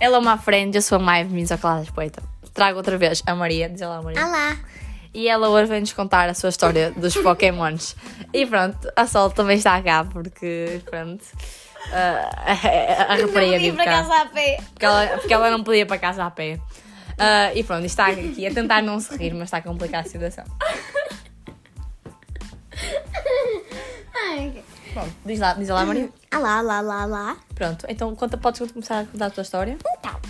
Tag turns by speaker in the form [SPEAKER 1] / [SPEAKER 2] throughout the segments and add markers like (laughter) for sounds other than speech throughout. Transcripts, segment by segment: [SPEAKER 1] Hello, my é friend, eu sou a Maia, bem-vindos ao Caladas Poeta. Trago outra vez a Maria, diz lá, Maria.
[SPEAKER 2] Olá!
[SPEAKER 1] E ela hoje vem-nos contar a sua história dos Pokémons. E pronto, a Sol também está cá, porque, pronto, ah, (laughs) a, a rapariga
[SPEAKER 2] Eu vim
[SPEAKER 1] vive
[SPEAKER 2] para
[SPEAKER 1] cá.
[SPEAKER 2] casa a pé.
[SPEAKER 1] Porque ela, porque ela não podia ir para casa a pé. Ah, e pronto, está aqui a tentar não se rir, mas está a complicar a situação.
[SPEAKER 2] Ai, ok.
[SPEAKER 1] Pronto, diz lá, diz lá, Maria.
[SPEAKER 2] Olá, olá, olá, olá.
[SPEAKER 1] Pronto, então conta, podes começar a contar a tua história?
[SPEAKER 2] Então,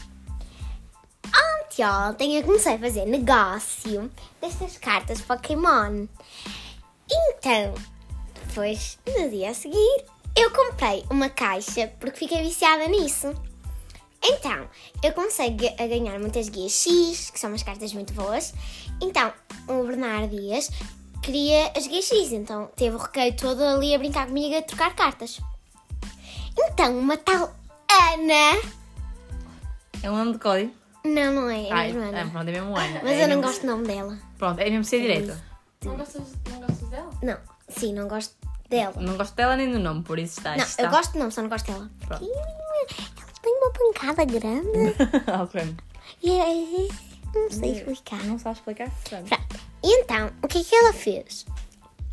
[SPEAKER 2] anteontem eu comecei a fazer negócio destas cartas Pokémon. Então, depois, no dia a seguir, eu comprei uma caixa porque fiquei viciada nisso. Então, eu comecei ga- a ganhar muitas guias X, que são umas cartas muito boas. Então, o Bernardo Dias queria as guias X, então teve o recreio todo ali a brincar comigo e a trocar cartas. Então, uma tal Ana.
[SPEAKER 1] É o nome de código?
[SPEAKER 2] Não, não é, é
[SPEAKER 1] Ai,
[SPEAKER 2] mesmo Ana.
[SPEAKER 1] ah, pronto, é mesmo Ana.
[SPEAKER 2] Mas
[SPEAKER 1] é
[SPEAKER 2] eu não
[SPEAKER 1] mesmo-
[SPEAKER 2] gosto do nome dela.
[SPEAKER 1] Pronto, é mesmo ser direita.
[SPEAKER 3] Não gostas, não gostas dela?
[SPEAKER 2] Não, sim, não gosto dela.
[SPEAKER 1] Não gosto dela nem do nome, por isso está.
[SPEAKER 2] Não,
[SPEAKER 1] está.
[SPEAKER 2] eu gosto não, só não gosto dela.
[SPEAKER 1] Pronto.
[SPEAKER 2] Ih, Ela tem uma pancada grande.
[SPEAKER 1] (laughs) ok.
[SPEAKER 2] E é- Não sei explicar.
[SPEAKER 1] Não sabes explicar? Pronto.
[SPEAKER 2] Pronto. E então, o que é que ela fez?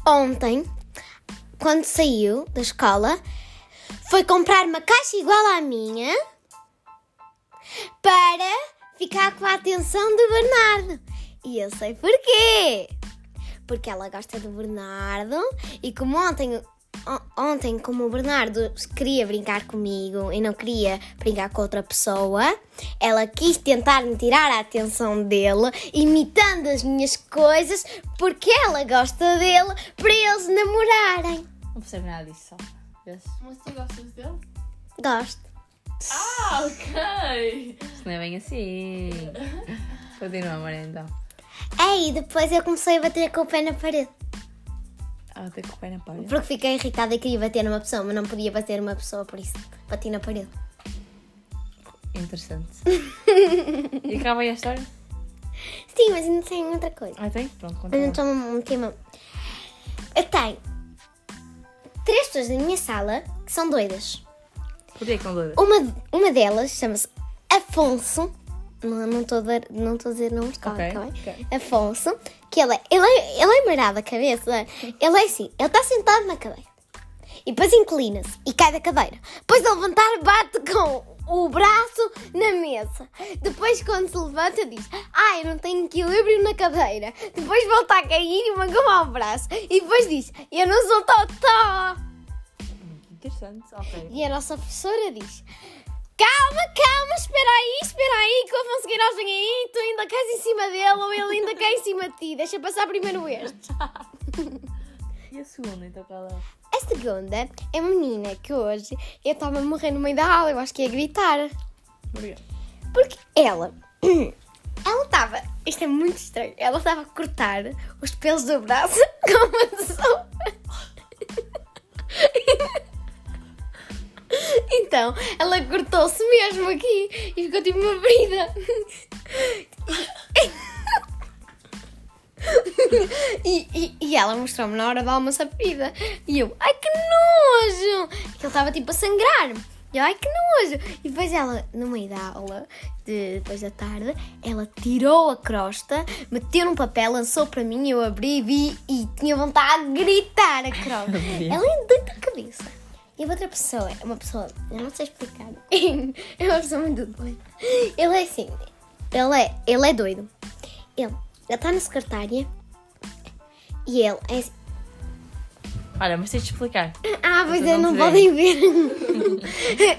[SPEAKER 2] Ontem, quando saiu da escola, foi comprar uma caixa igual à minha para ficar com a atenção do Bernardo. E eu sei porquê. Porque ela gosta do Bernardo e como ontem on- ontem como o Bernardo queria brincar comigo e não queria brincar com outra pessoa, ela quis tentar me tirar a atenção dele, imitando as minhas coisas, porque ela gosta dele para eles namorarem.
[SPEAKER 1] Não percebo nada disso, só. Vês?
[SPEAKER 3] Mas tu gostas dele?
[SPEAKER 2] Gosto.
[SPEAKER 3] Ah, ok!
[SPEAKER 1] Isso não é bem assim. Continua, Maria, então.
[SPEAKER 2] Aí depois eu comecei a bater com o pé na parede.
[SPEAKER 1] Ah, tem que pôr na palha.
[SPEAKER 2] Porque fiquei irritada e queria bater numa pessoa, mas não podia bater numa pessoa, por isso bati na parede.
[SPEAKER 1] Interessante. e acaba aí a história?
[SPEAKER 2] Sim, mas ainda tem outra coisa.
[SPEAKER 1] Ah, tem? Pronto,
[SPEAKER 2] Mas não
[SPEAKER 1] continua.
[SPEAKER 2] estou um tema. Eu tenho três pessoas na minha sala que são doidas.
[SPEAKER 1] Podia com dúvida.
[SPEAKER 2] Uma, uma delas chama-se Afonso. Não não estou a dar- não estou a dizer nomes, claro,
[SPEAKER 1] Ok,
[SPEAKER 2] tá bem?
[SPEAKER 1] ok.
[SPEAKER 2] Afonso, que ele é, ele é, ele é marado a cabeça. Ele é assim, ele está sentado na cadeira. E depois inclina-se e cai da cadeira. Depois de levantar, bate com o braço na mesa. Depois, quando se levanta, diz: Ah, eu não tenho equilíbrio na cadeira. Depois volta a cair e magoa o braço. E depois diz: Eu não sou totó.
[SPEAKER 1] Interessante,
[SPEAKER 2] (laughs)
[SPEAKER 1] ok.
[SPEAKER 2] E a nossa professora diz: Calma, calma, espera aí, espera aí, que o Afonso Queiroz vem aí, tu ainda cais em cima dele ou ele ainda cai em cima de ti. Deixa passar primeiro este.
[SPEAKER 1] E a segunda, então, qual é?
[SPEAKER 2] A segunda é uma menina que hoje eu estava a morrer no meio da aula, eu acho que ia gritar.
[SPEAKER 1] Maria.
[SPEAKER 2] Porque ela. (clears throat) Ela estava. Isto é muito estranho. Ela estava a cortar os pelos do braço (laughs) com uma tesoura. (laughs) Então, ela cortou-se mesmo aqui e ficou tipo uma brida. (laughs) E, e- e ela mostrou-me na hora do almoço a ferida. E eu, ai que nojo! Que ele estava tipo a sangrar. E eu, ai que nojo! E depois ela, no meio da aula, de- depois da tarde, ela tirou a crosta, meteu num papel, lançou para mim, eu abri, vi e tinha vontade de gritar a crosta. ela é doida da cabeça. E a outra pessoa, é uma pessoa, eu não sei explicar, (laughs) é uma pessoa muito doida. Ele é assim, ele é, ele é doido. Ele, ele está na secretária e ele é assim,
[SPEAKER 1] Olha, mas tens de explicar.
[SPEAKER 2] ah, pois é,
[SPEAKER 1] não
[SPEAKER 2] não
[SPEAKER 1] te
[SPEAKER 2] podem ver.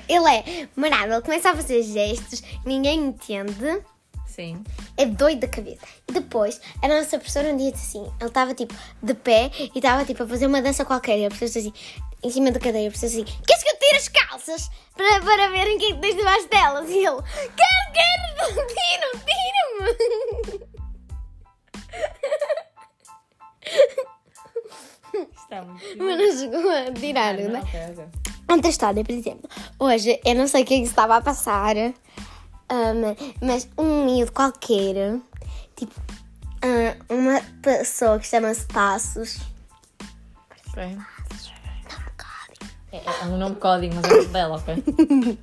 [SPEAKER 2] ele é marado, ele começa a fazer gestos, ninguém entende.
[SPEAKER 1] Sim.
[SPEAKER 2] É doido da cabeça. E depois, a nossa professora um dia disse assim: ele estava tipo de pé e estava tipo a fazer uma dança qualquer. E a professora disse assim, em cima da cadeira, a professora disse assim: Queres que eu tire as calças para, para verem quem é que tens debaixo delas? E ele: Quero, quero, tira-me, tira-me. (laughs)
[SPEAKER 1] Está muito.
[SPEAKER 2] Mas não chegou a tirar,
[SPEAKER 1] Não,
[SPEAKER 2] né?
[SPEAKER 1] ok, ok.
[SPEAKER 2] Outra história, por exemplo. Hoje, eu não sei o que é que estava a passar, hum, mas um miúdo qualquer, tipo, hum, uma pessoa que chama-se Passos. Tá um
[SPEAKER 1] Ok. É, é um nome código, mas é o dela, ok?
[SPEAKER 2] (laughs)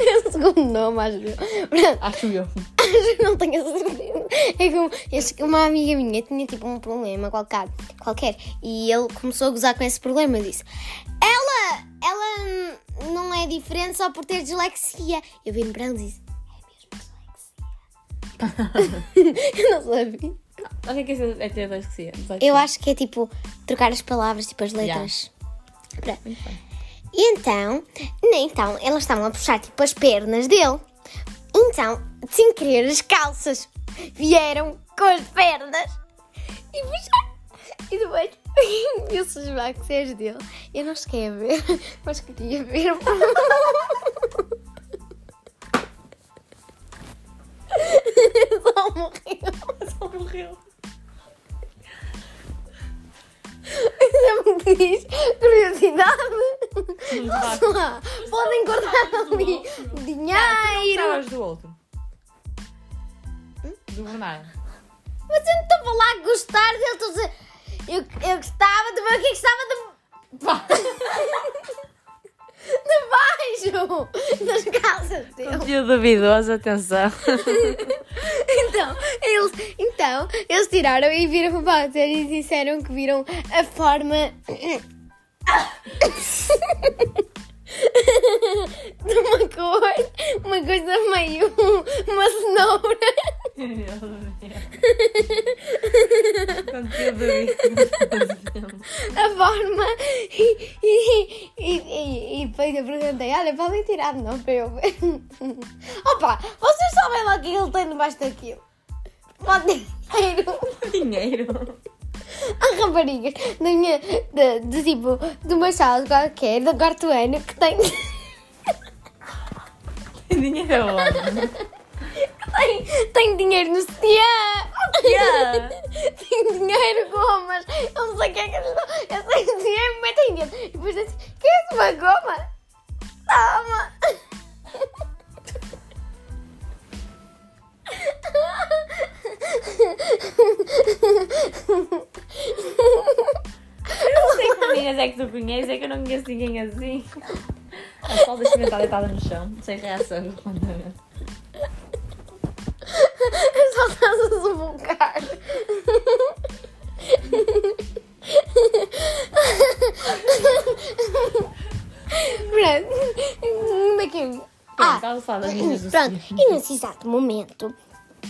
[SPEAKER 2] É o segundo nome, acho eu. Pronto,
[SPEAKER 1] Acho eu.
[SPEAKER 2] acho que (laughs) não tenho a certeza. É como, eu sei que uma amiga minha tinha tipo um problema qualquer, qualquer e ele começou a gozar com esse problema. Disse: Ela, ela hum, não é diferente só por ter dislexia. Eu vim para ele e disse: É mesmo dislexia. (laughs) eu não sabia.
[SPEAKER 1] O que é que isso é ter dislexia?
[SPEAKER 2] Eu acho que é tipo trocar as palavras, tipo as letras. Pronto. E então, nem então, elas estavam a puxar tipo as pernas dele. Então, sem querer, as calças vieram com as pernas e puxaram. E depois, (laughs) eu suspeito que seja dele. Eu não cheguei a ver, (laughs) mas queria ver. (laughs) Só morreu.
[SPEAKER 3] Só morreu.
[SPEAKER 2] Sempre me diz curiosidade.
[SPEAKER 1] Claro.
[SPEAKER 2] Ouçam lá, podem cortar ali dinheiro.
[SPEAKER 1] Gostavas do outro? Hum? Do Bernardo.
[SPEAKER 2] Mas eu não estou a falar de gostar dele. estou a dizer, Eu, eu gostava de ver o que gostava de. (laughs)
[SPEAKER 1] Pá.
[SPEAKER 2] De baixo das calças dele.
[SPEAKER 1] Um Dia duvidoso, (laughs) atenção.
[SPEAKER 2] (laughs) Então, eles, então, eles tiraram e viram para bater e disseram que viram a forma. (laughs) de uma cor, uma coisa meio. uma cenoura.
[SPEAKER 1] Um Dia duvidoso.
[SPEAKER 2] a forma e, e, e, e, e depois eu perguntei, olha, podem tirar não para eu (laughs) ver. Opa, vocês sabem lá o que ele tem debaixo daquilo. Podem (laughs) ir
[SPEAKER 1] Dinheiro.
[SPEAKER 2] há raparigas da minha, de, de tipo, de uma sala qualquer, do quarto ano, (laughs) que tem,
[SPEAKER 1] Dinheiro é ótimo.
[SPEAKER 2] tem, tem dinheiro no sutiã. (laughs)
[SPEAKER 1] Yeah.
[SPEAKER 2] tem dinheiro, gomas. Eu não sei o que é que eles dão. Eu sei que dinheiro, mas tem dinheiro. E depois disse, queres uma goma? Toma.
[SPEAKER 1] Não sei que meninas é que tu conheces, é que eu não conheço ninguém assim. A sol deixa-me estar
[SPEAKER 2] (laughs)
[SPEAKER 1] deitada no chão, sem reação. completamente.
[SPEAKER 2] É Só estás a sufocar. Pronto. Hum, Daqui. um
[SPEAKER 1] Pronto, calçada, meninas do
[SPEAKER 2] Ah, Pronto, e nesse exato momento,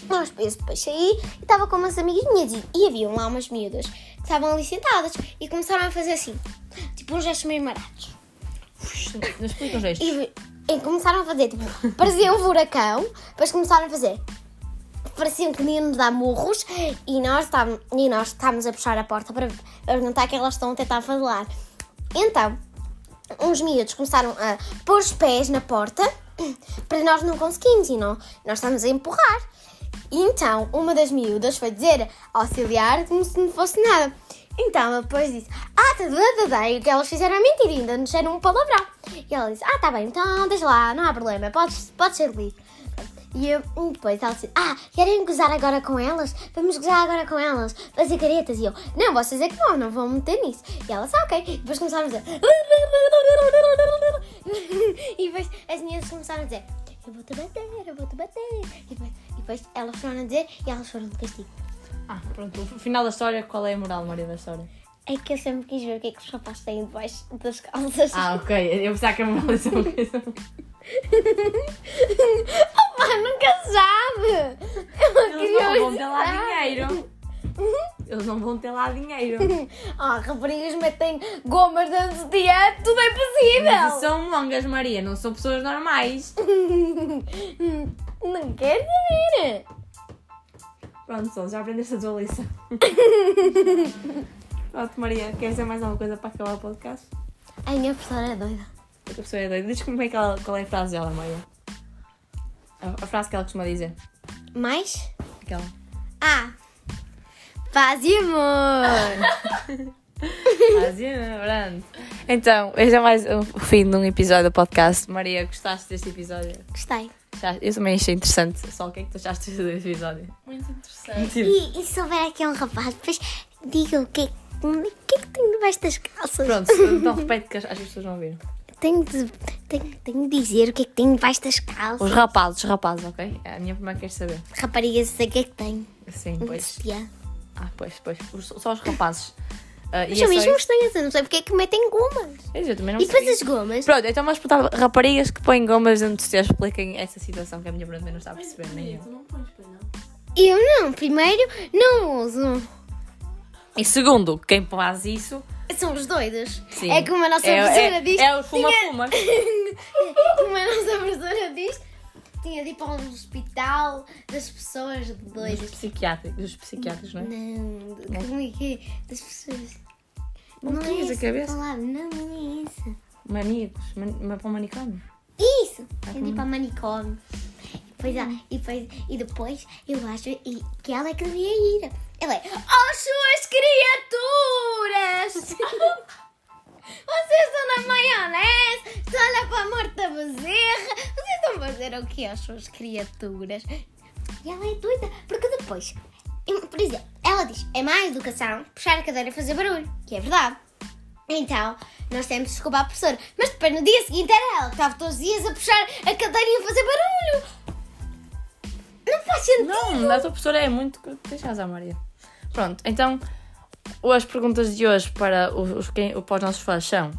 [SPEAKER 2] nós depois, depois saí e estava com umas amiguinhas e, e haviam lá umas miúdas que estavam ali sentadas e começaram a fazer assim, tipo uns gestos meio marados.
[SPEAKER 1] Sim. Não explica os gestos.
[SPEAKER 2] E, e começaram a fazer, tipo, parecia um furacão, depois começaram a fazer. Pareciam que iam nos dar murros e nós estávamos e nós estávamos a puxar a porta para perguntar o que elas estão a tentar falar. Então, uns miúdos começaram a pôr os pés na porta para nós não conseguimos e não, nós estamos a empurrar. E então, uma das miúdas foi dizer auxiliar como se não fosse nada. Então, ela depois disse, ah, tá verdadeiro, o que elas fizeram é mentira, ainda nos deram um palavrão. E ela disse, ah, tá bem, então deixa lá, não há problema, podes, podes ser livre. E eu, e depois ela disse, ah, querem gozar agora com elas? Vamos gozar agora com elas, fazer caretas. E eu, não, vocês é que vão, não vão meter nisso. E ela, ah, ok. E depois começaram a dizer... (laughs) E depois as meninas começaram a dizer, eu vou-te bater, eu vou-te bater. E depois, e depois elas foram a dizer e elas foram de castigo.
[SPEAKER 1] Ah, pronto. O final da história, qual é a moral, Maria, da história?
[SPEAKER 2] É que eu sempre quis ver o que é que os rapazes têm debaixo das calças.
[SPEAKER 1] Ah, ok. Eu pensava que a moral era uma coisa.
[SPEAKER 2] (laughs) Opa, nunca sabe! Eu
[SPEAKER 1] Eles não vão ter lá
[SPEAKER 2] usar.
[SPEAKER 1] dinheiro.
[SPEAKER 2] (laughs)
[SPEAKER 1] Eles não vão ter lá dinheiro.
[SPEAKER 2] Ah, raparigas metem gomas dentro do dia, tudo é
[SPEAKER 1] Mas
[SPEAKER 2] possível!
[SPEAKER 1] isso é são longas, Maria, não são pessoas normais. um
[SPEAKER 2] (laughs) Não quero saber!
[SPEAKER 1] Pronto, Sol, já aprendeste a tua (laughs) lição. Pronto, Maria, queres dizer mais alguma coisa para acabar o podcast?
[SPEAKER 2] A minha professora é doida.
[SPEAKER 1] A pessoa é doida. Diz como é que ela, qual é a frase dela, Maria. A, a frase que ela costuma dizer.
[SPEAKER 2] Mais?
[SPEAKER 1] Aquela.
[SPEAKER 2] Ah! Paz e amor!
[SPEAKER 1] né? Então, este é mais o fim de um episódio do podcast. Maria, gostaste deste episódio?
[SPEAKER 2] (laughs) Gostei.
[SPEAKER 1] Achaste- Eu também achei interessante. Só o que é que tu achaste deste (laughs) episódio?
[SPEAKER 3] Muito interessante.
[SPEAKER 2] E, e se houver aqui um rapaz, depois digam o que, é que- o que é que tem debaixo das
[SPEAKER 1] um
[SPEAKER 2] calças.
[SPEAKER 1] Pronto, então repete que as as pessoas vão ouvir.
[SPEAKER 2] (laughs) tenho de, tenho, tenho de dizer o que é que tem debaixo das calças.
[SPEAKER 1] Os rapazes, os rapazes, ok? É a minha primeira que queres saber.
[SPEAKER 2] Raparigas, sei o que é que tem.
[SPEAKER 1] Sim,
[SPEAKER 2] Um
[SPEAKER 1] pois.
[SPEAKER 2] sutiã.
[SPEAKER 1] Ah, pois, pois. Os- Só os rapazes. Ah, e
[SPEAKER 2] Mas são
[SPEAKER 1] é só
[SPEAKER 2] mesmo
[SPEAKER 1] isso.
[SPEAKER 2] estranhas, eu não sei porque é que metem gomas.
[SPEAKER 1] Pois, Eu também não
[SPEAKER 2] E depois
[SPEAKER 1] sabia.
[SPEAKER 2] as gomas.
[SPEAKER 1] Pronto, então vamos perguntar raparigas que põem gomas dentro de si, expliquem essa situação que a minha Brandon não está a perceber nem eu.
[SPEAKER 3] Tu não pões para não.
[SPEAKER 2] Eu não, primeiro não uso.
[SPEAKER 1] E segundo, quem faz isso
[SPEAKER 2] São os doidos.
[SPEAKER 1] sim,
[SPEAKER 2] É como a nossa
[SPEAKER 1] é,
[SPEAKER 2] professora
[SPEAKER 1] é,
[SPEAKER 2] diz. É
[SPEAKER 1] É o fuma-fuma.
[SPEAKER 2] (laughs) Como a nossa professora diz, tinha de ir para um hospital das pessoas
[SPEAKER 1] Dos
[SPEAKER 2] doidas.
[SPEAKER 1] psiquiátricos, dos psiquiatras, não é?
[SPEAKER 2] Não, como é que é? Das pessoas.
[SPEAKER 1] Não tinhas a
[SPEAKER 2] essa
[SPEAKER 1] cabeça?
[SPEAKER 2] palavra, não é isso.
[SPEAKER 1] Maníacos, man, mas para o manicômio.
[SPEAKER 2] Isso!
[SPEAKER 1] Tá
[SPEAKER 2] Eu dei para manicômio. E depois, ela-
[SPEAKER 1] Hum.
[SPEAKER 2] e, depois, e depois eu acho e- que ela é que devia ir. Ela é. Oh, suas criaturas!
[SPEAKER 1] (laughs)
[SPEAKER 2] Vocês estão na maionese! Estão a olhar para a morta bezerra! Vocês estão a fazer o que às suas criaturas? E ela é doida, porque depois, em- por exemplo, ela diz: é má educação puxar a cadeira e fazer barulho, que é verdade. Então, nós temos de desculpar a professora. Mas depois, no dia seguinte, era ela que estava todos os dias a puxar a cadeira e a fazer barulho. Não faz sentido.
[SPEAKER 1] Não, a tua professora é muito. Tens razão, Maria. Pronto, então as perguntas de hoje para os, os quem, para os nossos fãs são: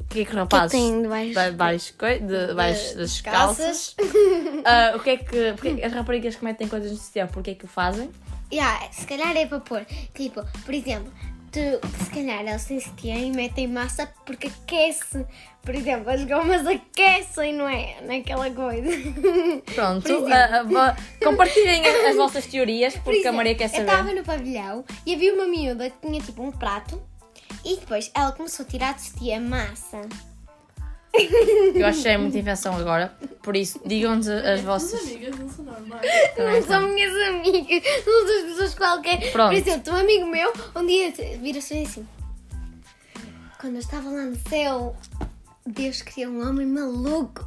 [SPEAKER 1] o que é que rapazes.
[SPEAKER 2] debaixo
[SPEAKER 1] de baixo, coi- de baixo das calças.
[SPEAKER 2] (laughs)
[SPEAKER 1] Ah, o que é que. Porque é que as raparigas que metem coisas no sistema, porque é que o fazem?
[SPEAKER 2] Yeah, se calhar é para pôr. Tipo, por exemplo, tu, se calhar eles têm sutiã e metem massa porque aquece. Por exemplo, as gomas aquecem, não é? Naquela coisa.
[SPEAKER 1] Pronto,
[SPEAKER 2] Por exemplo.
[SPEAKER 1] ah, ah, vo- compartilhem a- as
[SPEAKER 2] (laughs)
[SPEAKER 1] vossas teorias,
[SPEAKER 2] Por
[SPEAKER 1] porque a
[SPEAKER 2] exemplo,
[SPEAKER 1] Maria quer
[SPEAKER 2] Eu
[SPEAKER 1] saber.
[SPEAKER 2] estava no pavilhão e havia uma miúda que tinha tipo um prato e depois ela começou a tirar de sutiã massa.
[SPEAKER 1] Eu achei é muita invenção agora, por isso, digam-nos a- as
[SPEAKER 3] As
[SPEAKER 1] vossas.
[SPEAKER 3] amigas não são normais.
[SPEAKER 2] Não são minhas amigas, são outras pessoas qualquer.
[SPEAKER 1] Pronto.
[SPEAKER 2] Por exemplo, um amigo meu um dia vira-se e diz assim: Quando eu estava lá no céu, Deus criou um homem maluco.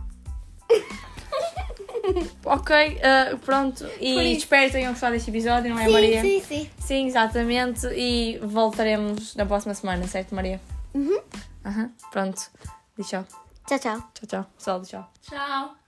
[SPEAKER 1] Ok, ah, pronto,
[SPEAKER 2] Por
[SPEAKER 1] e
[SPEAKER 2] isso.
[SPEAKER 1] espero que tenham gostado deste episódio, não é,
[SPEAKER 2] sim,
[SPEAKER 1] Maria?
[SPEAKER 2] sim, sim.
[SPEAKER 1] Sim, exatamente, e voltaremos na próxima semana, certo, Maria?
[SPEAKER 2] Uhum.
[SPEAKER 1] Aham, pronto. Diz tchau,
[SPEAKER 2] Tchau, tchau.
[SPEAKER 1] tchau, tchau. Pessoal, diz tchau.
[SPEAKER 3] Tchau.